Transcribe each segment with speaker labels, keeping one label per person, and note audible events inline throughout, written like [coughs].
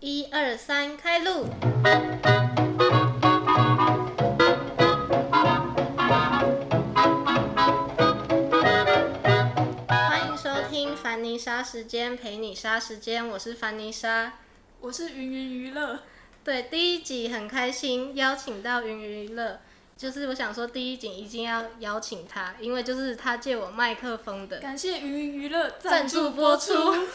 Speaker 1: 一二三，开路！欢迎收听凡妮莎时间陪你莎时间，我是凡妮莎。
Speaker 2: 我是云云娱乐，
Speaker 1: 对，第一集很开心，邀请到云娱乐，就是我想说第一集一定要邀请他，因为就是他借我麦克风的。
Speaker 2: 感谢云云娱乐
Speaker 1: 赞
Speaker 2: 赞
Speaker 1: 助
Speaker 2: 助
Speaker 1: 播
Speaker 2: 播
Speaker 1: 出
Speaker 2: 出。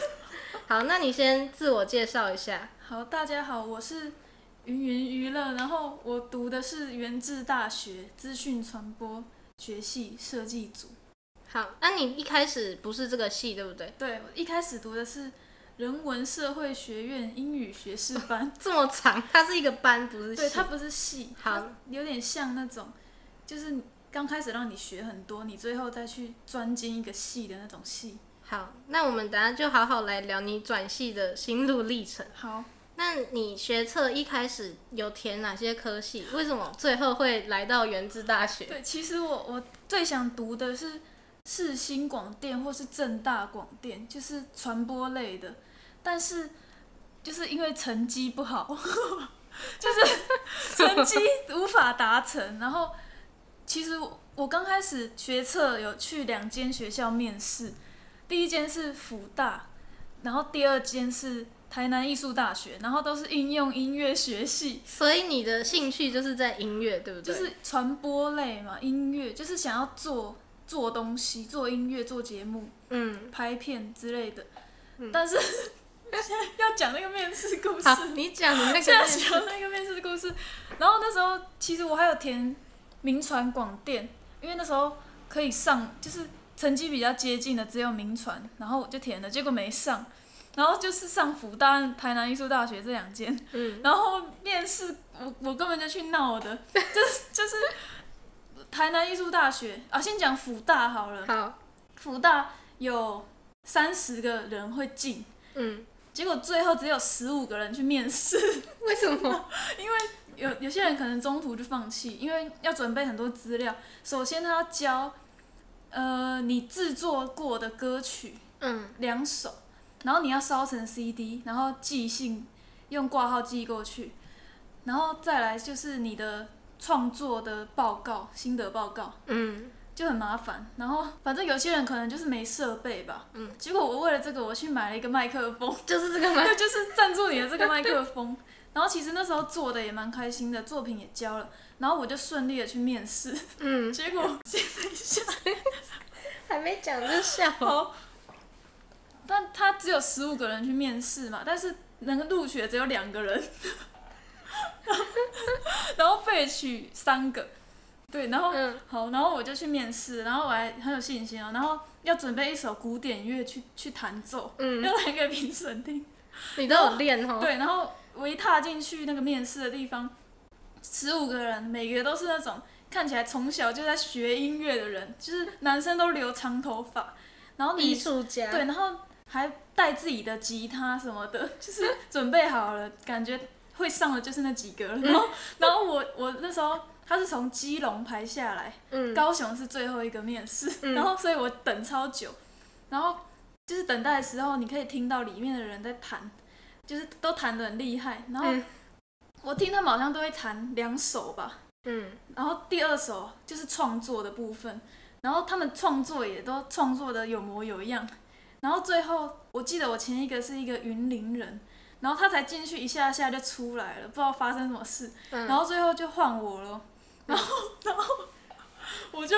Speaker 1: 好，那你先自我介绍一下。
Speaker 2: 好，大家好，我是云云娱乐，然后我读的是源自大学资讯传播学系设计组。
Speaker 1: 好，那你一开始不是这个系对不对？。
Speaker 2: 对，我一开始读的是人文社会学院英语学士班 [laughs]
Speaker 1: 这么长， [laughs] 它是一个班，不是系。
Speaker 2: 对，它不是系，
Speaker 1: 好
Speaker 2: 它有点像那种，就是刚开始让你学很多，你最后再去专精一个系的那种系。
Speaker 1: 好，那我们等下就好好来聊你转系的心路历程。
Speaker 2: 好，
Speaker 1: 那你学测一开始有填哪些科系？为什么最后会来到原治大学？
Speaker 2: 对，其实我我最想读的是世新广电或是正大广电，就是传播类的，但是就是因为成绩不好， [laughs] 就是成绩无法达成。然后其实我我刚开始学测有去两间学校面试，第一间是福大，然后第二间是台南艺术大学，然后都是应用音乐学系。
Speaker 1: 所以你的兴趣就是在音乐，对不
Speaker 2: 就
Speaker 1: 对？
Speaker 2: 是传播类嘛，音乐就是想要做做东西，做音乐、做节目、
Speaker 1: 嗯，
Speaker 2: 拍片之类的。但是 [laughs] 要讲那个面试故事，
Speaker 1: 好，你讲你那个
Speaker 2: 现在
Speaker 1: 面试
Speaker 2: 啊讲那个面试故事。然后那时候其实我还有填名传广电，因为那时候可以上，就是成绩比较接近的只有名传，然后我就填了，结果没上。然后就是上福大、台南艺术大学这两间，
Speaker 1: 嗯
Speaker 2: 然后面试我我根本就去闹
Speaker 1: [laughs]
Speaker 2: 的，就是就是台南艺术大学啊，先讲福大好
Speaker 1: [laughs]
Speaker 2: 了，
Speaker 1: 好，
Speaker 2: 福大有三十个人会进，
Speaker 1: 嗯，
Speaker 2: 结果最后只有十五个人去面试，
Speaker 1: 为什么？
Speaker 2: 有有些人可能中途就放弃，因为要准备很多资料，首先他要交呃你制作过的歌曲，
Speaker 1: 嗯，
Speaker 2: 两首，然后你要烧成 CD，然后寄信用挂号寄过去，然后再来就是你的创作的报告、心得报告
Speaker 1: 嗯，
Speaker 2: 就很麻烦。然后反正有些人可能就是没设备吧，
Speaker 1: 嗯，
Speaker 2: 结果我为了这个我去买了一个麦克风，
Speaker 1: 就是这个吗？
Speaker 2: 对，就是赞助你的
Speaker 1: [laughs]
Speaker 2: 这个麦克风。然后其实那时候做的也蛮开心的，作品也交了，然后我就顺利的去面试， [laughs]
Speaker 1: 嗯，
Speaker 2: 结
Speaker 1: [laughs]
Speaker 2: 果现在下
Speaker 1: 还没讲就笑。
Speaker 2: 好，但他只有十五个人去面试嘛，但是能够录取的只有两个人， [laughs] 然后被取三个，对，然后、
Speaker 1: 嗯
Speaker 2: 好，然后我就去面试，然后我还很有信心哦，然后要准备一首古典乐去去弹奏，
Speaker 1: 嗯，
Speaker 2: 要弹给评审听，
Speaker 1: 你都有练哦。
Speaker 2: 对，然后我一踏进去那个面试的地方，十五个人，每个都是那种看起来从小就在学音乐的人，就是男生都留长头发，然后
Speaker 1: 艺
Speaker 2: 女
Speaker 1: 术家。
Speaker 2: 对，然后还带自己的吉他什么的， [laughs] 就是准备好了，感觉会上的就是那几个了。
Speaker 1: 嗯
Speaker 2: 然后，然后我我那时候他是从基隆排下来，
Speaker 1: 嗯，
Speaker 2: 高雄是最后一个面试，
Speaker 1: 嗯
Speaker 2: 然后所以我等超久，然后就是等待的时候，你可以听到里面的人在弹，就是都弹得很厉害。然后
Speaker 1: 嗯
Speaker 2: 我听他们好像都会弹两首吧，
Speaker 1: 嗯
Speaker 2: 然后第二首就是创作的部分，然后他们创作也都创作的有模有样，然后最后我记得我前一个是一个云林人，然后他才进去一下下就出来了，不知道发生什么事，
Speaker 1: 嗯，
Speaker 2: 然后最后就换我了，然后然后我就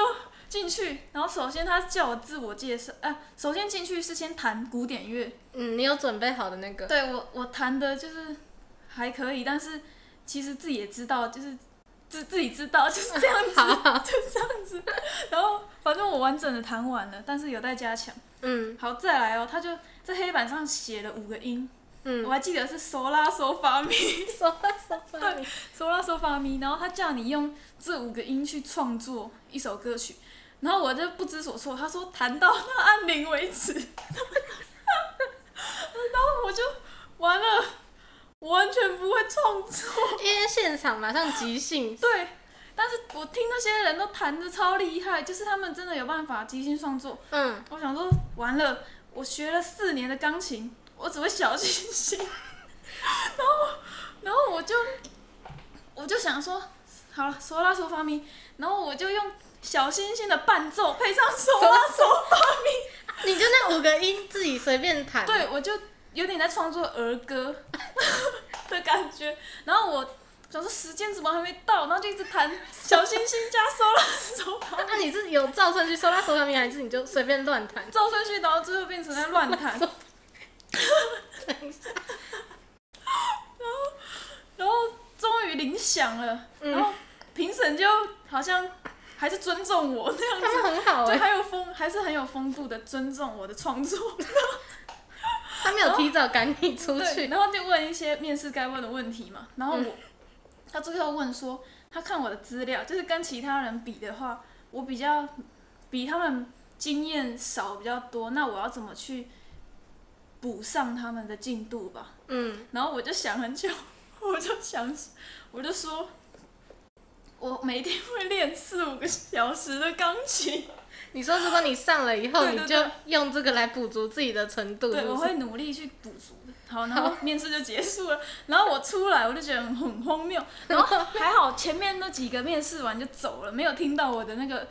Speaker 2: 进去，然后首先他叫我自我介绍，哎、首先进去是先弹古典乐，
Speaker 1: 嗯，你有准备好的那个，
Speaker 2: 对我我弹的就是还可以，但是其实自己也知道，就是自自己知道就是这样子，就这样子。然后反正我完整的弹完了，但是有待加强。
Speaker 1: 嗯
Speaker 2: 好，再来哦，他就在黑板上写了五个音，我
Speaker 1: 嗯，
Speaker 2: 还记得是嗦啦嗦发咪，
Speaker 1: 手把手把你，
Speaker 2: 嗦啦嗦发咪，然后他叫你用这五个音去创作一首歌曲。然后我就不知所措，他说弹到那按铃为止， [laughs] 然后我就完了，我完全不会创作。 [laughs]
Speaker 1: 因为现场马上即兴，
Speaker 2: 对，但是我听那些人都弹的超厉害，就是他们真的有办法即兴创作。
Speaker 1: 嗯，
Speaker 2: 我想说，完了，我学了四年的钢琴，我只会小提琴，然后就想说，好了，索拉索发咪，然后我就用小星星的伴奏配上索拉索发咪，
Speaker 1: 你就那五个音自己随便弹，
Speaker 2: 对我就有点在创作儿歌的感觉。然后我想说时间怎么还没到，然后就一直弹小星星加索拉索发
Speaker 1: 那、
Speaker 2: 咪，
Speaker 1: 啊、你是有照顺序收拉手上面，还是你就随便乱弹？
Speaker 2: 照顺序，然后最后变成在乱弹。
Speaker 1: 等一下
Speaker 2: 然后终于铃响了，
Speaker 1: 嗯
Speaker 2: 然后评审就好像还是尊重我那样
Speaker 1: 他们
Speaker 2: 子，
Speaker 1: 很好哎、
Speaker 2: 就还有风，还是很有风度的尊重我的创作。
Speaker 1: 他没有提早赶你出
Speaker 2: 对，
Speaker 1: 去，嗯
Speaker 2: 然后就问一些面试该问的问题嘛，然后我、他最后问说，他看我的资料，就是跟其他人比的话，我比较比他们经验少比较多，那我要怎么去补上他们的进度吧？
Speaker 1: 嗯，
Speaker 2: 然后我就想很久， [laughs] 我就想，我就说，我每天会练四五个小时的钢琴，
Speaker 1: 你说如果你上了以后，
Speaker 2: 对对
Speaker 1: 你就用这个来补足自己的程度，
Speaker 2: 对
Speaker 1: 是
Speaker 2: 我
Speaker 1: 不是
Speaker 2: 会努力去补足的。 [laughs] 好，然后面试就结束了，然后我出来我就觉得很很荒谬，然后还好前面那几个面试完就走了，没有听到我的那个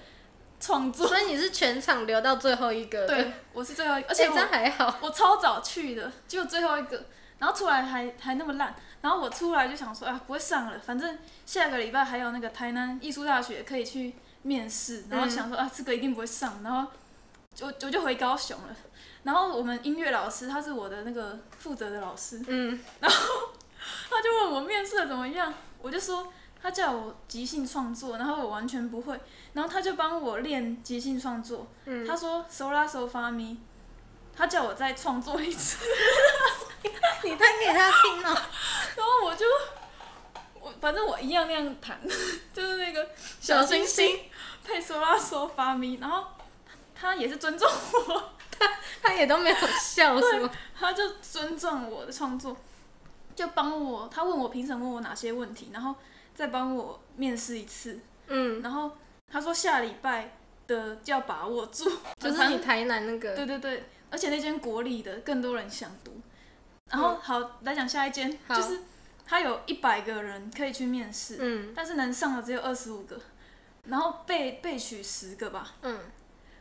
Speaker 2: 创作。
Speaker 1: 所以你是全场留到最后一个，哎的，
Speaker 2: 对，我是最后一个，而
Speaker 1: 而
Speaker 2: 且
Speaker 1: 且
Speaker 2: 我
Speaker 1: 这样还
Speaker 2: [laughs]
Speaker 1: 好，
Speaker 2: 我超早去的，结果最后一个，然后出来还还那么烂，然后我出来就想说啊，不会上了，反正下个礼拜还有那个台南艺术大学可以去面试，然后想说啊，这个一定不会上，然后就我就回高雄了。然后我们音乐老师他是我的那个负责的老师， [laughs]
Speaker 1: 嗯，
Speaker 2: 他就问我面试的怎么样，我就说他叫我即兴创作，然后我完全不会，然后他就帮我练即兴创作，
Speaker 1: 嗯
Speaker 2: 他说 so la so fa mi，他叫我再创作一次。 [laughs]
Speaker 1: 你弹给他听哦、
Speaker 2: 然后我就，我反正我一样那样弹， [laughs] 就是那个
Speaker 1: 小
Speaker 2: 星
Speaker 1: 星星，
Speaker 2: 配索拉索发咪，然后他也是尊重 [laughs] 我，
Speaker 1: 他也都没有笑，是吗？
Speaker 2: 他就尊重我的创作，就帮我，他问我评审问我哪些问题，然后再帮我面试一次，
Speaker 1: 嗯，
Speaker 2: 然后他说下礼拜的就要把握住，
Speaker 1: 就是
Speaker 2: 反
Speaker 1: 你
Speaker 2: 正
Speaker 1: 台南那个，
Speaker 2: 对对对，而且那间国立的更多人想读。然后、好来讲下一间，
Speaker 1: 好
Speaker 2: 就是他有一百个人可以去面试，
Speaker 1: 嗯
Speaker 2: 但是能上的只有二十五个，然后被被取十个吧。
Speaker 1: 嗯，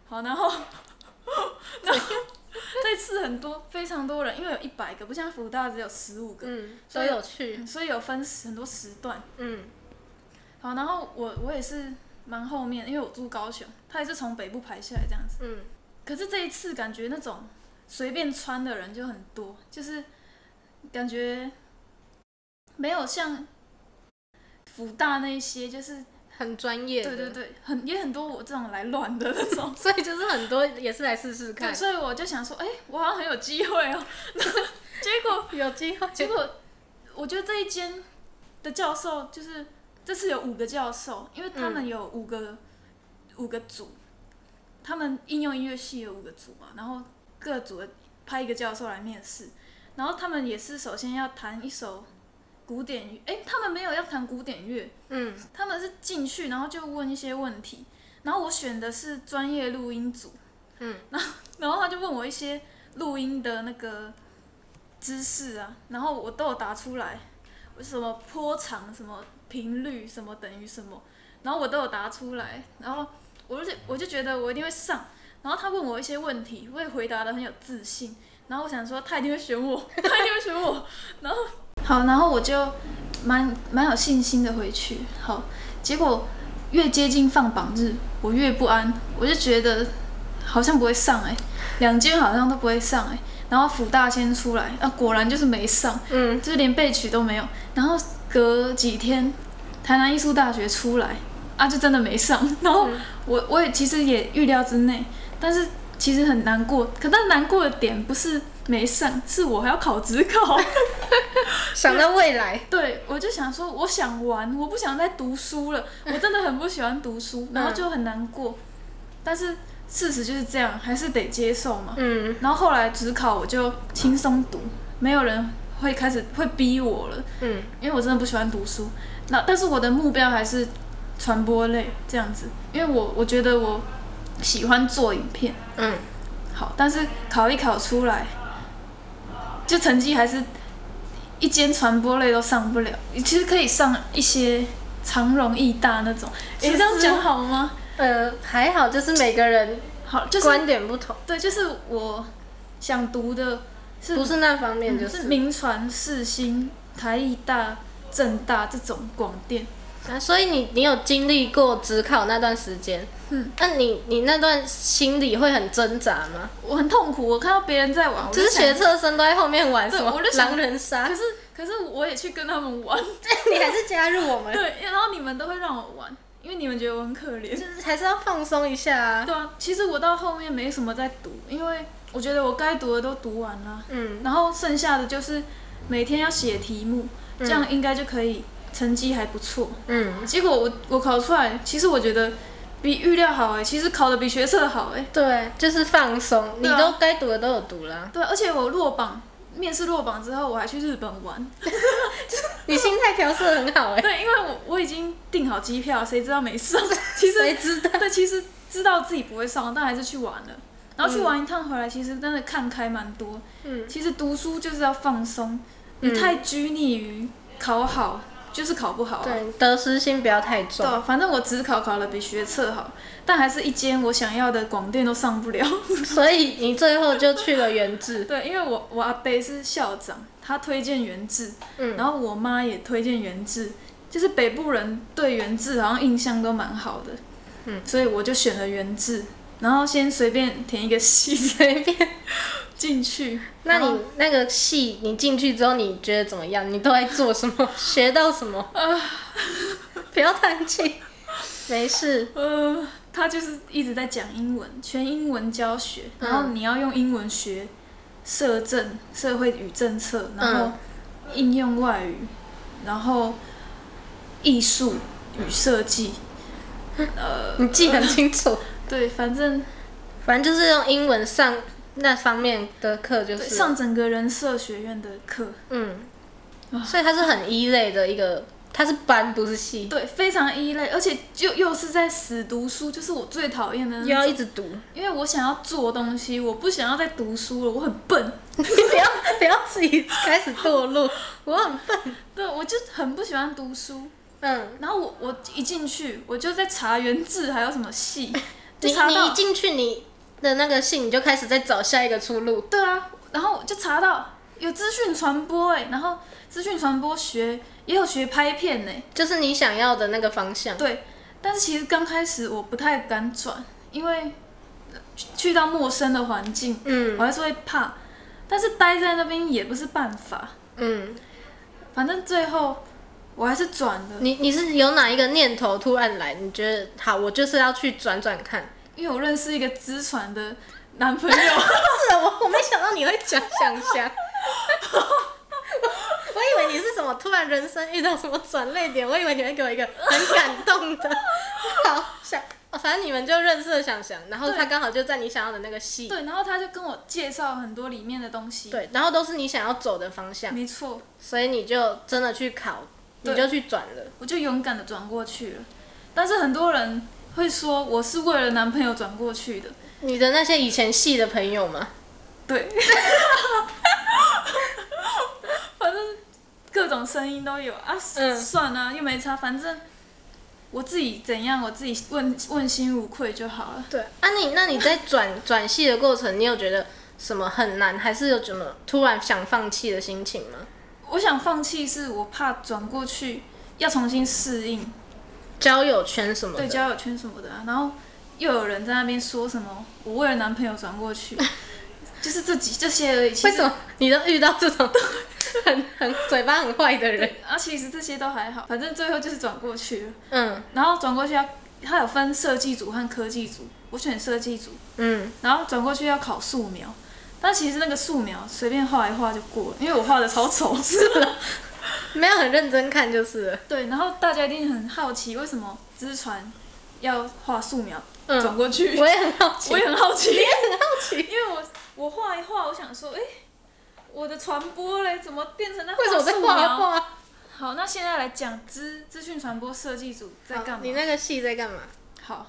Speaker 2: 好，然后 [laughs] 然后这次很多非常多人，因为有一百个，不像福大只有十五个，
Speaker 1: 嗯，都有去，
Speaker 2: 所以有分时很多时段。
Speaker 1: 嗯
Speaker 2: 好，然后我我也是蛮后面，因为我住高雄，他也是从北部排下来这样子。
Speaker 1: 嗯，
Speaker 2: 可是这一次感觉那种随便穿的人就很多，就是感觉没有像福大那一些就是
Speaker 1: 很专业的，。
Speaker 2: 对对对，很也很多我这种来乱的那种
Speaker 1: [laughs] 所以就是很多也是来试试
Speaker 2: 对，
Speaker 1: 看，
Speaker 2: 所以我就想说，哎、我好像很有机会哦。 [laughs] 结果，
Speaker 1: 有机会，
Speaker 2: [laughs] 结果，我觉得这一间的教授就是这次有五个教授，因为他们有五个、五个组，他们应用音乐系有五个组嘛，然后各组的派一个教授来面试，然后他们也是首先要弹一首古典乐，哎、他们没有要弹古典乐，
Speaker 1: 嗯
Speaker 2: 他们是进去，然后就问一些问题，然后我选的是专业录音组，
Speaker 1: 嗯，
Speaker 2: 然后然后他就问我一些录音的那个知识啊，然后我都有答出来，什么波长、什么频率、什么等于什么，然后我都有答出来，然后我就我就觉得我一定会上，然后他问我一些问题，我也回答的很有自信，然后我想说他一定会选我，他一定会选我，然后好，然后我就蛮蛮有信心的回去。好，结果越接近放榜日，我越不安，我就觉得好像不会上哎、两间好像都不会上哎、然后福大先出来，啊，果然就是没上，
Speaker 1: 嗯，
Speaker 2: 就是连备取都没有。然后隔几天，台南艺术大学出来，啊，就真的没上。然后我我也其实也预料之内，但是其实很难过。可但难过的点不是没上，是我还要考职考。
Speaker 1: 想到未来，
Speaker 2: 对，我就想说，我想玩，我不想再读书了，我真的很不喜欢读书，然后就很难过。但是事实就是这样，还是得接受嘛。
Speaker 1: 嗯
Speaker 2: 然后后来只考我就轻松读，没有人会开始会逼我了，
Speaker 1: 嗯
Speaker 2: 因为我真的不喜欢读书。那但是我的目标还是传播类这样子，因为我我觉得我喜欢做影片，
Speaker 1: 嗯，
Speaker 2: 好，但是考一考出来，就成绩还是一间传播类都上不了，你其实可以上一些长荣义大那种。诶，
Speaker 1: 其
Speaker 2: 这样
Speaker 1: 实
Speaker 2: 讲好吗？
Speaker 1: 呃，还好，就是每个人
Speaker 2: 好，就是
Speaker 1: 观点不同，
Speaker 2: 对，就是我想读的是
Speaker 1: 不是那方面，就
Speaker 2: 嗯是名传、世新、台艺大、正大这种广电。
Speaker 1: 啊，所以你你有经历过职考那段时间，
Speaker 2: 嗯，
Speaker 1: 那你你那段心里会很挣扎吗？
Speaker 2: 我很痛苦，我看到别人在玩，我
Speaker 1: 就
Speaker 2: 就是想
Speaker 1: 学测生都在后面玩
Speaker 2: 对
Speaker 1: 什么
Speaker 2: 我就想
Speaker 1: 狼人杀
Speaker 2: 可，是可是我也去跟他们玩，
Speaker 1: [laughs] 你还是加入我们，
Speaker 2: 对，然后你们都会让我玩，因为你们觉得我很可怜
Speaker 1: 就。是还是要放松一下啊。
Speaker 2: 对啊，其实我到后面没什么在读，因为我觉得我该读的都读完了，
Speaker 1: 嗯，
Speaker 2: 然后剩下的就是每天要写题目，这样应该就可以成绩还不错。
Speaker 1: 嗯，
Speaker 2: 结果我我考出来，其实我觉得比预料好哎、其实考的比学测好哎、
Speaker 1: 对，就是放松，你
Speaker 2: 对啊
Speaker 1: 都该读的都有读
Speaker 2: [laughs]
Speaker 1: 啦，
Speaker 2: 对，而且我落榜，面试落榜之后，我还去日本玩。
Speaker 1: 你心态调试的很好哎、
Speaker 2: 对，因为我我已经订好机票，谁知道
Speaker 1: [laughs]
Speaker 2: 没上？其实
Speaker 1: 谁知道？
Speaker 2: 对，其实知道自己不会上，但还是去玩了。然后去玩一趟回来，其实真的看开蛮多。
Speaker 1: 嗯，
Speaker 2: 其实读书就是要放松，你太拘泥于考好，就是考不好、啊。
Speaker 1: 对，得失心不要太
Speaker 2: 对
Speaker 1: 重，
Speaker 2: 啊，反正我只考考了比学测好，但还是一间我想要的广电都上不了。
Speaker 1: 所以你最后就去了原
Speaker 2: [laughs]
Speaker 1: 治，
Speaker 2: 对，因为我我阿伯是校长，他推荐原治，
Speaker 1: 嗯
Speaker 2: 然后我妈也推荐原治，就是北部人对原治好像印象都蛮好的，
Speaker 1: 嗯，
Speaker 2: 所以我就选了原治，然后先随便填一个系
Speaker 1: 随便。
Speaker 2: 进去。
Speaker 1: 那
Speaker 2: 然后
Speaker 1: 你那个戏，你进去之后，你觉得怎么样？你都在做什
Speaker 2: [laughs]
Speaker 1: 么？学到什么？
Speaker 2: 啊
Speaker 1: [laughs] 不要叹气，没事。
Speaker 2: 呃，他就是一直在讲英文，全英文教学，
Speaker 1: 嗯
Speaker 2: 然后你要用英文学社政、社会与政策，然
Speaker 1: 嗯
Speaker 2: 后应用外语，然后艺术与设计。呃
Speaker 1: 你记很清楚。
Speaker 2: 对，反正
Speaker 1: 反正就是用英文上那方面的课，就
Speaker 2: 对
Speaker 1: 是
Speaker 2: 上整个人社学院的课，
Speaker 1: 嗯，
Speaker 2: 啊
Speaker 1: 所以它是很一类的一个，它是班不是系，
Speaker 2: 对，非常依赖，而且又又是在死读书，就是我最讨厌的那
Speaker 1: 又
Speaker 2: 种
Speaker 1: 要一直读。 [laughs]
Speaker 2: 因为我想要做东西，我不想要再读书了，我很笨，
Speaker 1: 你不要不要自己开始堕落，我很笨。
Speaker 2: 对我就很不喜欢读书。
Speaker 1: 嗯，
Speaker 2: 然后我我一进去，我就在查原字还有什
Speaker 1: [laughs]
Speaker 2: 么系，就
Speaker 1: 你
Speaker 2: 查
Speaker 1: 你一
Speaker 2: 到
Speaker 1: 进去你的那个信，你就开始在找下一个出路。
Speaker 2: 对啊，然后我就查到有资讯传播哎、然后资讯传播学也有学拍片哎、
Speaker 1: 就是你想要的那个方向。
Speaker 2: 对，但是其实刚开始我不太敢转，因为呃去去到陌生的环境，
Speaker 1: 嗯
Speaker 2: 我还是会怕，但是待在那边也不是办法，
Speaker 1: 嗯，
Speaker 2: 反正最后我还是转了，
Speaker 1: 你你是有哪一个念头突然来？你觉得好，我就是要去转转看。
Speaker 2: 因为我认识一个资传的男朋友， [laughs]
Speaker 1: 是啊，我我没想到你会讲想 [laughs] 象。我以为你是什么突然人生遇到什么转泪点，我以为你会给我一个很感动 [laughs] 的。好想、哦，反正你们就认识了想想，然后他
Speaker 2: 对
Speaker 1: 刚好就在你想要的那个戏，
Speaker 2: 对，然后他就跟我介绍很多里面的东西，，
Speaker 1: 对，然后都是你想要走的方向，
Speaker 2: 没错，
Speaker 1: 所以你就真的去考，你
Speaker 2: 对
Speaker 1: 就去转了。
Speaker 2: 我就勇敢的转过去了，但是很多人会说我是为了男朋友转过去的，
Speaker 1: 你的那些以前戏的朋友吗？
Speaker 2: 对，反正各种声音都有啊，
Speaker 1: 嗯
Speaker 2: 算了、又没差，反正我自己怎样，我自己问问心无愧就好了。
Speaker 1: 对啊你，那你在转 [coughs] 转系的过程，你有觉得什么很难，还是有什么突然想放弃的心情吗？
Speaker 2: 我想放弃，是我怕转过去要重新适应，
Speaker 1: 交友圈什么
Speaker 2: 对
Speaker 1: 的，
Speaker 2: 交友圈什么的啊，然后又有人在那边说什么我为了男朋友转过去，就是这几这些而已。其
Speaker 1: 为
Speaker 2: 实
Speaker 1: 什么你都遇到这种 [laughs] 很很嘴巴很坏的人？
Speaker 2: 啊，其实这些都还好，反正最后就是转过去了。
Speaker 1: 嗯
Speaker 2: 然后转过去要，它有分设计组和科技组，我选设计组，
Speaker 1: 嗯，
Speaker 2: 然后转过去要考素描，但其实那个素描随便画一画就过了，因为我画的超
Speaker 1: [laughs]
Speaker 2: 丑。
Speaker 1: 没有很认真看就是了。
Speaker 2: 对，然后大家一定很好奇为什么资传要画素描
Speaker 1: 嗯
Speaker 2: 转过去，
Speaker 1: 我也很好奇，
Speaker 2: 我也很好奇，啊
Speaker 1: 很好奇，
Speaker 2: [laughs] 因为我我画一画，我想说，哎、我的传播嘞，怎么变成在
Speaker 1: 为什么
Speaker 2: 画
Speaker 1: 在
Speaker 2: 素
Speaker 1: 画
Speaker 2: 描？
Speaker 1: 画？
Speaker 2: 好，那现在来讲资资讯传播设计组在干
Speaker 1: 好
Speaker 2: 嘛
Speaker 1: 你？那个戏在干嘛？
Speaker 2: 好，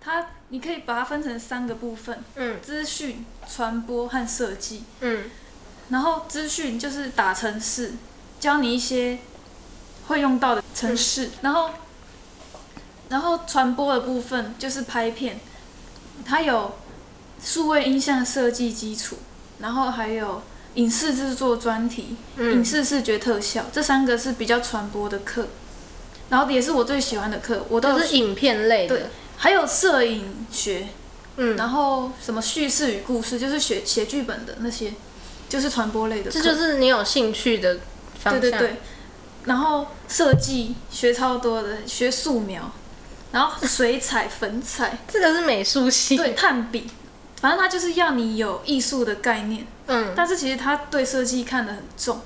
Speaker 2: 它你可以把它分成三个部分：
Speaker 1: 嗯
Speaker 2: 资讯、传播和设计。
Speaker 1: 嗯
Speaker 2: 然后资讯就是打程式，教你一些会用到的
Speaker 1: 嗯
Speaker 2: 程式，然后然后传播的部分就是拍片，它有数位音像设计基础，然后还有影视制作专题，影
Speaker 1: 嗯，
Speaker 2: 视视觉特效，这三个是比较传播的课，然后也是我最喜欢的课，我都有
Speaker 1: 就，是影片类
Speaker 2: 对
Speaker 1: 的，
Speaker 2: 还有摄影学，
Speaker 1: 嗯，
Speaker 2: 然后什么叙事与故事，就是写写剧本的那些，就是传播类的课，
Speaker 1: 这就是你有兴趣的方
Speaker 2: 对
Speaker 1: 向。
Speaker 2: 对对，然后设计学超多的，学素描，然后水彩、粉彩，
Speaker 1: 这个是美术系。
Speaker 2: 对，炭笔，反正它就是要你有艺术的概念。
Speaker 1: 嗯，
Speaker 2: 但是其实他对设计看得很重，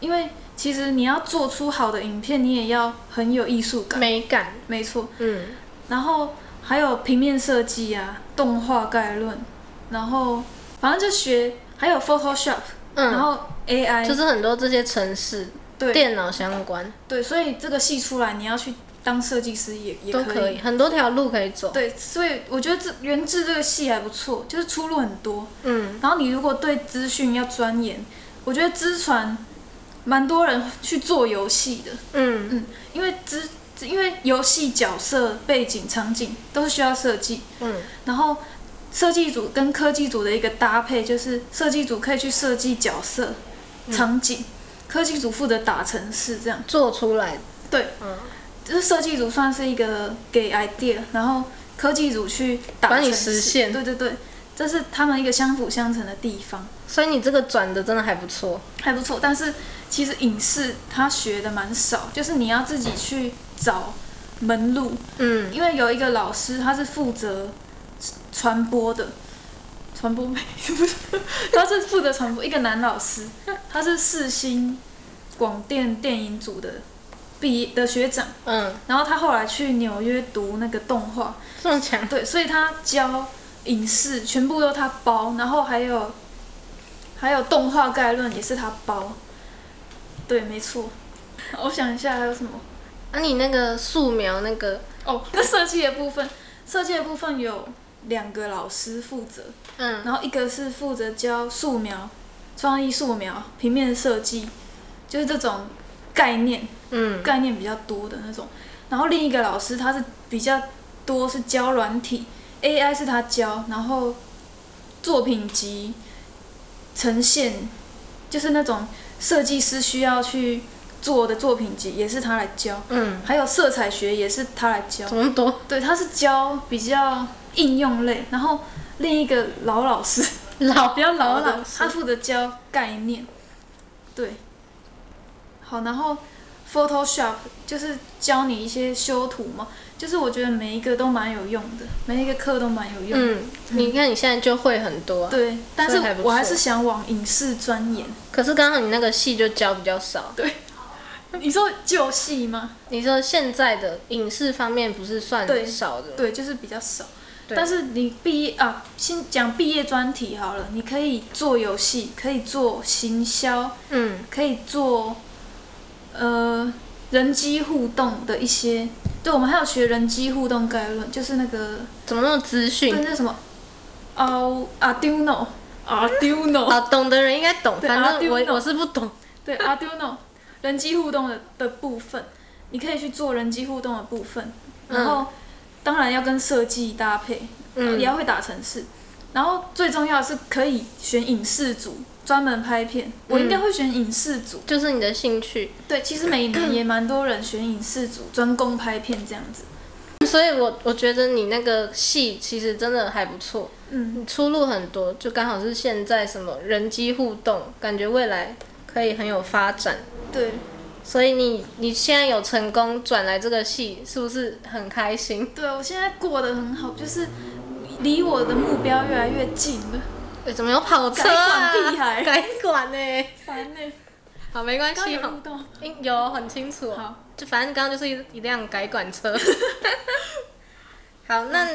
Speaker 2: 因为其实你要做出好的影片，你也要很有艺术感，
Speaker 1: 美感，
Speaker 2: 没错。
Speaker 1: 嗯，
Speaker 2: 然后还有平面设计啊，动画概论，然后反正就学，还有 Photoshop，、
Speaker 1: 嗯
Speaker 2: 然后 AI，、
Speaker 1: 就是很多这些城市
Speaker 2: 对
Speaker 1: 电脑相关
Speaker 2: 对，所以这个系出来，你要去当设计师也也
Speaker 1: 都可以，很多条路可以走。
Speaker 2: 对，所以我觉得这原制这个系还不错，就是出路很多。
Speaker 1: 嗯，
Speaker 2: 然后你如果对资讯要钻研，我觉得资传蛮多人去做游戏的，
Speaker 1: 嗯，
Speaker 2: 因为资因为游戏角色、背景、场景都是需要设计，
Speaker 1: 嗯，
Speaker 2: 然后设计组跟科技组的一个搭配就是设计组可以去设计角色、
Speaker 1: 嗯
Speaker 2: 场景，科技组负责打城市这样。
Speaker 1: 做出来，
Speaker 2: 对，
Speaker 1: 嗯
Speaker 2: 就是设计组算是一个给 idea，然后科技组去打
Speaker 1: 帮你
Speaker 2: 城市
Speaker 1: 实现
Speaker 2: 对对对，这是他们一个相辅相成的地方，
Speaker 1: 所以你这个转的真的还不错。
Speaker 2: 还不错。但是其实影视它学的蛮少，就是你要自己去找门路，
Speaker 1: 嗯，
Speaker 2: 因为有一个老师他是负责传播的，传播美，他是负责传播一个男老师，他是世新广电电影组的毕业的学长。
Speaker 1: 嗯，
Speaker 2: 然后他后来去纽约读那个动画，
Speaker 1: 这么强，
Speaker 2: 对，所以他教影视全部都他包，然后还有还有动画概论也是他包，对，没错。我想一下还有什么
Speaker 1: 啊，你那个素描那个，
Speaker 2: 哦，那设计的部分，设计的部分有两个老师负责，
Speaker 1: 嗯，
Speaker 2: 然后一个是负责教素描、创意素描、平面设计，就是这种概念，
Speaker 1: 嗯，
Speaker 2: 概念比较多的那种。然后另一个老师他是比较多是教软体，AI 是他教，然后作品集呈现就是那种设计师需要去做的作品集也是他来教，
Speaker 1: 嗯，
Speaker 2: 还有色彩学也是他来教
Speaker 1: 这。么多，
Speaker 2: 对，他是教比较应用类，然后另一个老老师
Speaker 1: 老
Speaker 2: [laughs] 比较老
Speaker 1: 老
Speaker 2: 老
Speaker 1: 师
Speaker 2: 他负责教概念，对。好，然后 Photoshop 就是教你一些修图嘛，就是我觉得每一个都蛮有用的，每一个课都蛮有用的。
Speaker 1: 嗯，你看你现在就会很多啊、
Speaker 2: 对，但是
Speaker 1: 所以还不错
Speaker 2: 我还是想往影视
Speaker 1: [laughs]
Speaker 2: 钻研。
Speaker 1: 可是刚刚你那个系就教比较少。
Speaker 2: 你说旧戏吗？
Speaker 1: 你说现在的影视方面不是
Speaker 2: 对
Speaker 1: 算少的，
Speaker 2: 对，就是比较少。
Speaker 1: 对
Speaker 2: 但是你毕业啊，先讲毕业专题好了，你可以做游戏，可以做行销，
Speaker 1: 嗯
Speaker 2: 可以做呃人机互动的一些，对我们还有学人机互动概论，就是那个
Speaker 1: 怎么那么资
Speaker 2: 对
Speaker 1: 讯
Speaker 2: 那叫什么哦 Arduino Arduino
Speaker 1: [laughs] 啊？懂的人应该懂，
Speaker 2: 对
Speaker 1: 反正啊
Speaker 2: Arduino
Speaker 1: 我我是不懂。
Speaker 2: [laughs] 对 Arduino 人机互动的的部分，你可以去做人机互动的部分，然后、当然要跟设计搭配，
Speaker 1: 嗯
Speaker 2: 也要会打程式。然后最重要的是可以选影视组，专门拍片。我应该会选影视组，
Speaker 1: 就是你的兴趣，
Speaker 2: 对，其实每年也蛮多人选影视组，专攻拍片这样子。
Speaker 1: 所以我我觉得你那个系其实真的还不错，
Speaker 2: 嗯，
Speaker 1: 你出路很多，就刚好是现在什么人机互动，感觉未来可以很有发展。
Speaker 2: 对，
Speaker 1: 所以你你现在有成功转来这个系，是不是很开心？
Speaker 2: 对我现在过得很好，就是离我的目标越来越近了，
Speaker 1: 哎、怎么有跑车啊？
Speaker 2: 改管屁孩
Speaker 1: 改管呢、
Speaker 2: 烦呢、
Speaker 1: 好，没关
Speaker 2: 刚
Speaker 1: 系
Speaker 2: 有
Speaker 1: 哈
Speaker 2: 录。到，
Speaker 1: 应有很清楚、哦，
Speaker 2: 好，
Speaker 1: 就反正刚刚就是一一辆改管
Speaker 2: [laughs]
Speaker 1: 车。好，那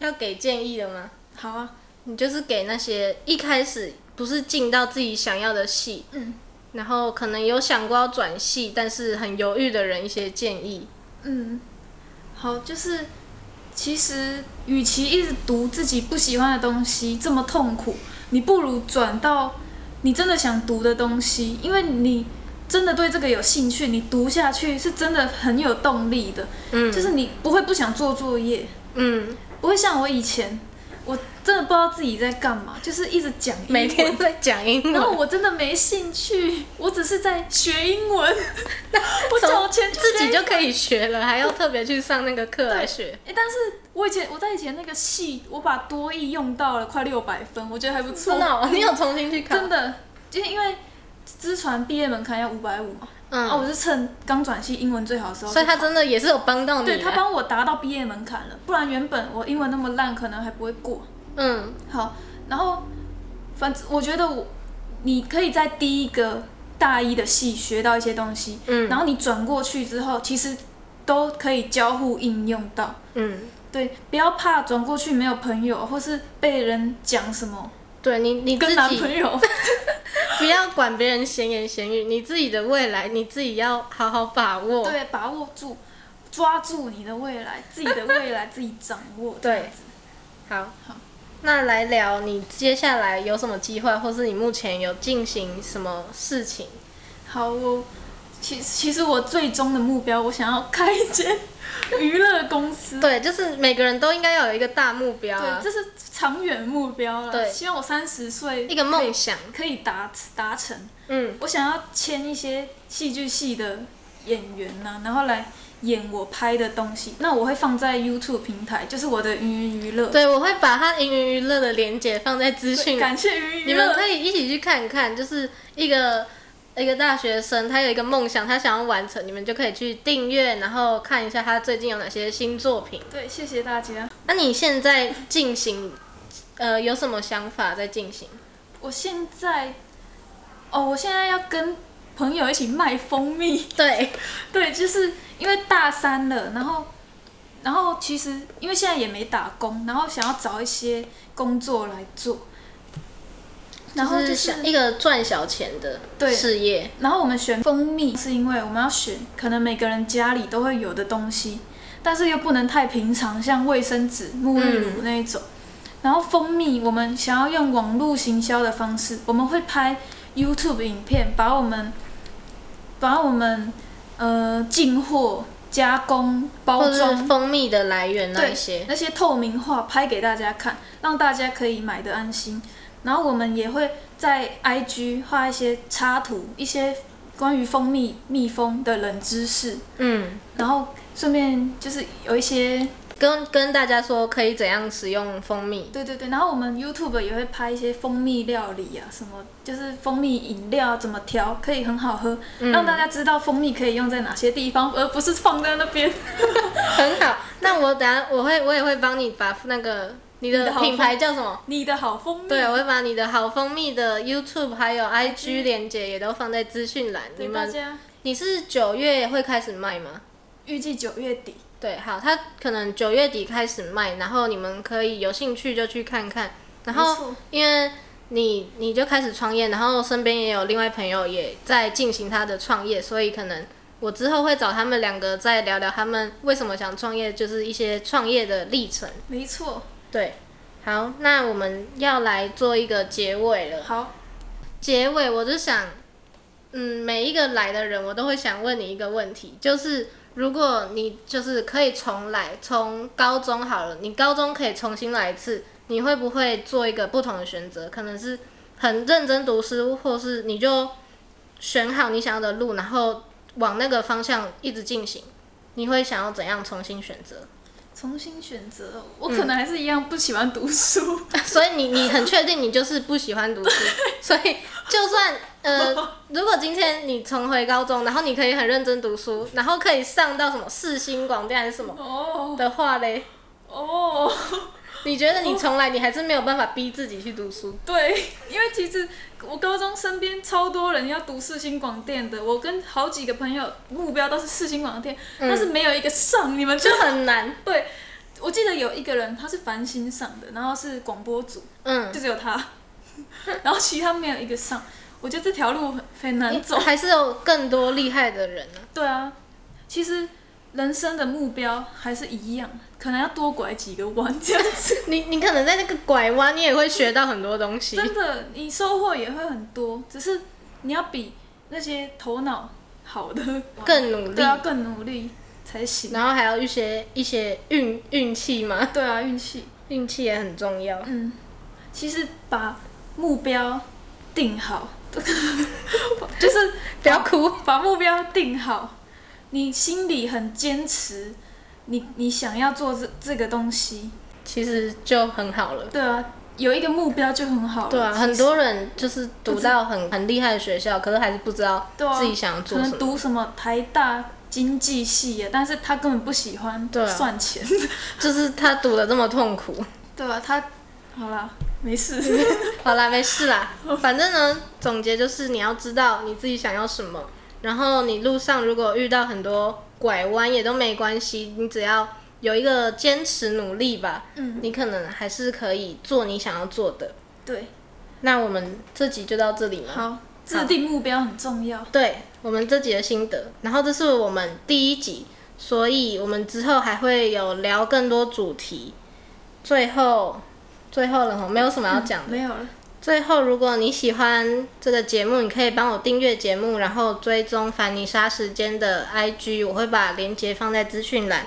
Speaker 1: 要给建议了吗？
Speaker 2: 好啊，
Speaker 1: 你就是给那些一开始不是进到自己想要的系，
Speaker 2: 嗯
Speaker 1: 然后可能有想过要转系，但是很犹豫的人一些建议。
Speaker 2: 嗯，好，就是其实与其一直读自己不喜欢的东西这么痛苦，你不如转到你真的想读的东西，因为你真的对这个有兴趣，你读下去是真的很有动力的，
Speaker 1: 嗯，
Speaker 2: 就是你不会不想做作业，
Speaker 1: 嗯，
Speaker 2: 不会像我以前，我真的不知道自己在干嘛，就是一直讲英文
Speaker 1: 每天在讲英
Speaker 2: 然后
Speaker 1: 文，
Speaker 2: 我真的没兴趣，我只是在学
Speaker 1: [laughs]
Speaker 2: 英文。 [laughs] 我
Speaker 1: 从
Speaker 2: 找钱去
Speaker 1: [laughs] 自己
Speaker 2: 学
Speaker 1: 就可以学了，还要特别去上那个课来学。
Speaker 2: 诶但是我以前我在以前那个系，我把多益用到了快六百分，我觉得还不错。
Speaker 1: 真的哦、你有重新去考？
Speaker 2: 真的，就是因为资传毕业门槛要五百五嘛，
Speaker 1: 嗯
Speaker 2: 啊，我是趁刚转系英文最好的时候去考，
Speaker 1: 所以他真的也是有帮到你
Speaker 2: 对
Speaker 1: 耶。
Speaker 2: 他帮我达到毕业门槛了，不然原本我英文那么烂，可能还不会过。
Speaker 1: 嗯
Speaker 2: 好，然后反正我觉得我你可以在第一个大一的系学到一些东西，
Speaker 1: 嗯
Speaker 2: 然后你转过去之后，其实都可以交互应用到。
Speaker 1: 嗯，
Speaker 2: 对，不要怕转过去没有朋友，或是被人讲什么
Speaker 1: 对你你自
Speaker 2: 跟男
Speaker 1: 己 [laughs]
Speaker 2: 朋友。
Speaker 1: 不要管别人闲言闲语，你自己的未来你自己要好好把握。
Speaker 2: 对，把握住，抓住你的未来，自己的未来自己掌握。
Speaker 1: 对 [laughs] 好，那来聊你接下来有什么计划，或是你目前有进行什么事情？
Speaker 2: 好，我其其实我最终的目标，我想要开一间 [laughs] 娱乐公司。
Speaker 1: 对，就是每个人都应该要有一个大目标啊
Speaker 2: 对，，这是长远目标了。
Speaker 1: 对
Speaker 2: 希望我三十岁
Speaker 1: 一个梦想。
Speaker 2: 可以达达成。
Speaker 1: 嗯
Speaker 2: 我想要签一些戏剧系的演员呐、然后来演我拍的东西。那我会放在 YouTube 平台，就是我的云云娱乐。，
Speaker 1: 对，我会把它云云娱乐的连接放在资讯栏
Speaker 2: 感谢云云
Speaker 1: 你
Speaker 2: 娱
Speaker 1: 们
Speaker 2: 乐
Speaker 1: 可。以一起去看看，就是一个一个大学生，他有一个梦想，他想要完成，你们就可以去订阅，然后看一下他最近有哪些新作品。
Speaker 2: 对，谢谢大家。
Speaker 1: 那你现在进行，呃，有什么想法在进行？
Speaker 2: 我现在，哦，我现在要跟朋友一起卖蜂蜜。
Speaker 1: 对，
Speaker 2: [laughs] 对，就是因为大三了，然后，然后其实因为现在也没打工，然后想要找一些工作来做，然后
Speaker 1: 就是
Speaker 2: 就
Speaker 1: 想
Speaker 2: 是，
Speaker 1: 一个赚小钱的
Speaker 2: 对
Speaker 1: 事业。
Speaker 2: 然后我们选蜂蜜是因为我们要选可能每个人家里都会有的东西，但是又不能太平常，像卫生纸、沐浴乳那一种。然后蜂蜜，我们想要用网络行销的方式，我们会拍 YouTube 影片，把我们把我们呃进货、加工、
Speaker 1: 或
Speaker 2: 包
Speaker 1: 者是
Speaker 2: 装
Speaker 1: 蜂蜜的来源那
Speaker 2: 对
Speaker 1: 一些，
Speaker 2: 那些透明化拍给大家看，让大家可以买的安心。然后我们也会在 IG 画一些插图，一些关于蜂蜜蜜蜂的冷知识，
Speaker 1: 嗯，
Speaker 2: 然后顺便就是有一些
Speaker 1: 跟跟大家说可以怎样使用蜂
Speaker 2: [laughs]
Speaker 1: 蜜，
Speaker 2: 对对对，然后我们 YouTube 也会拍一些蜂蜜料理啊，什么就是蜂蜜饮料怎么调可以很好喝，让大家知道蜂蜜可以用在哪些地方，而不是放在那边。
Speaker 1: 很好。那我等下我会我也会帮你把那个你
Speaker 2: 你的
Speaker 1: 的
Speaker 2: 好
Speaker 1: 品牌叫什么？
Speaker 2: 你的好蜂蜜，
Speaker 1: 对，我会把你的好蜂蜜的 YouTube 还有 IG 连接也都放在资讯栏。你
Speaker 2: 对大
Speaker 1: 们，
Speaker 2: 家
Speaker 1: 你是九月会开始卖吗？
Speaker 2: 预计九月底。
Speaker 1: 对，好，它可能九月底开始卖，然后你们可以有兴趣就去看看。然
Speaker 2: 没
Speaker 1: 后
Speaker 2: 错，
Speaker 1: 因为你你就开始创业，然后身边也有另外朋友也在进行他的创业，所以可能我之后会找他们两个再聊聊他们为什么想创业，就是一些创业的历程。
Speaker 2: 没错，
Speaker 1: 对，好，那我们要来做一个结尾了。
Speaker 2: 好，
Speaker 1: 结尾我就想，嗯，每一个来的人，我都会想问你一个问题，就是如果你就是可以重来，从高中好了，你高中可以重新来一次，你会不会做一个不同的选择？可能是很认真读书，或是你就选好你想要的路，然后往那个方向一直进行。你会想要怎样重新选择？
Speaker 2: 重新选择，我可能还是一样不喜欢读书， [laughs]
Speaker 1: 所以你你很确定你就是不喜欢读书，所以就算
Speaker 2: [laughs]
Speaker 1: 呃，如果今天你重回高中，然后你可以很认真读书，然后可以上到什么世新广电还是什么
Speaker 2: 哦
Speaker 1: 的话嘞，
Speaker 2: 哦，
Speaker 1: 你觉得你重来你还是没有办法逼自己去读书？
Speaker 2: 对，因为其实我高中身边超多人要读世新广电的，我跟好几个朋友目标都是世新广电，但是没有一个上，你们知
Speaker 1: 就
Speaker 2: 道？
Speaker 1: 很难，
Speaker 2: 对，我记得有一个人他是繁星上的，然后是广播组，
Speaker 1: 嗯，
Speaker 2: 就只有他，然后其他没有一个上，我觉得这条路很很难走。
Speaker 1: 还是有更多厉害的人呢、
Speaker 2: 对啊，其实人生的目标还是一样，可能要多拐几个弯这样子。
Speaker 1: 你你可能在那个拐弯，你也会学到很多东西。
Speaker 2: 真的，你收获也会很多，只是你要比那些头脑好的，
Speaker 1: 更努力
Speaker 2: 对，啊，更努力才行。
Speaker 1: 然后还有一些一些运运气嘛，
Speaker 2: 对啊，运气。
Speaker 1: 运气也很重要。
Speaker 2: 嗯，其实把目标定好， [laughs] 就是
Speaker 1: 不要哭，
Speaker 2: 把目标定好，你心里很坚持，你你想要做这这个东西，
Speaker 1: 其实就很好了。
Speaker 2: 对啊，有一个目标就很好了。
Speaker 1: 对啊，
Speaker 2: 其实
Speaker 1: 很多人就是
Speaker 2: 不
Speaker 1: 读
Speaker 2: 知
Speaker 1: 到很很厉害的学校，可是还是不知道
Speaker 2: 对啊
Speaker 1: 自己想要做
Speaker 2: 可
Speaker 1: 什
Speaker 2: 能
Speaker 1: 么。
Speaker 2: 读什么台大经济系耶，但是他根本不喜欢
Speaker 1: 对啊
Speaker 2: 算钱，
Speaker 1: 就是他读的这么痛苦。 [laughs]
Speaker 2: 对啊，他好啦，没事，
Speaker 1: 好啦，没事
Speaker 2: [laughs]
Speaker 1: 啦，
Speaker 2: 哦
Speaker 1: 反正呢，总结就是你要知道你自己想要什么，然后你路上如果遇到很多拐弯也都没关系，你只要有一个坚持努力吧，
Speaker 2: 嗯，
Speaker 1: 你可能还是可以做你想要做的。
Speaker 2: [laughs] 对，
Speaker 1: 那我们这集就到这里了。
Speaker 2: 好，制定目标很重要，
Speaker 1: 哦对我们这集的心得，然后这是我们第一集，所以我们之后还会有聊更多主题。最后，最后了吼，没有什么要讲的。
Speaker 2: 没有了，
Speaker 1: 最后，如果你喜欢这个节目，你可以帮我订阅节目，然后追踪凡妮莎时间的 IG，我会把链接放在资讯栏。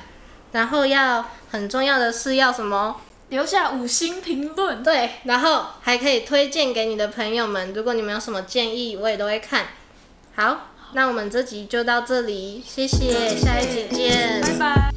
Speaker 1: 然后要很重要的是要什么？
Speaker 2: 留下五星评论，
Speaker 1: 对，然后还可以推荐给你的朋友们，如果你们有什么建议，我也都会看。好，那我们这集就到这里，谢谢，下一集见。
Speaker 2: 拜拜。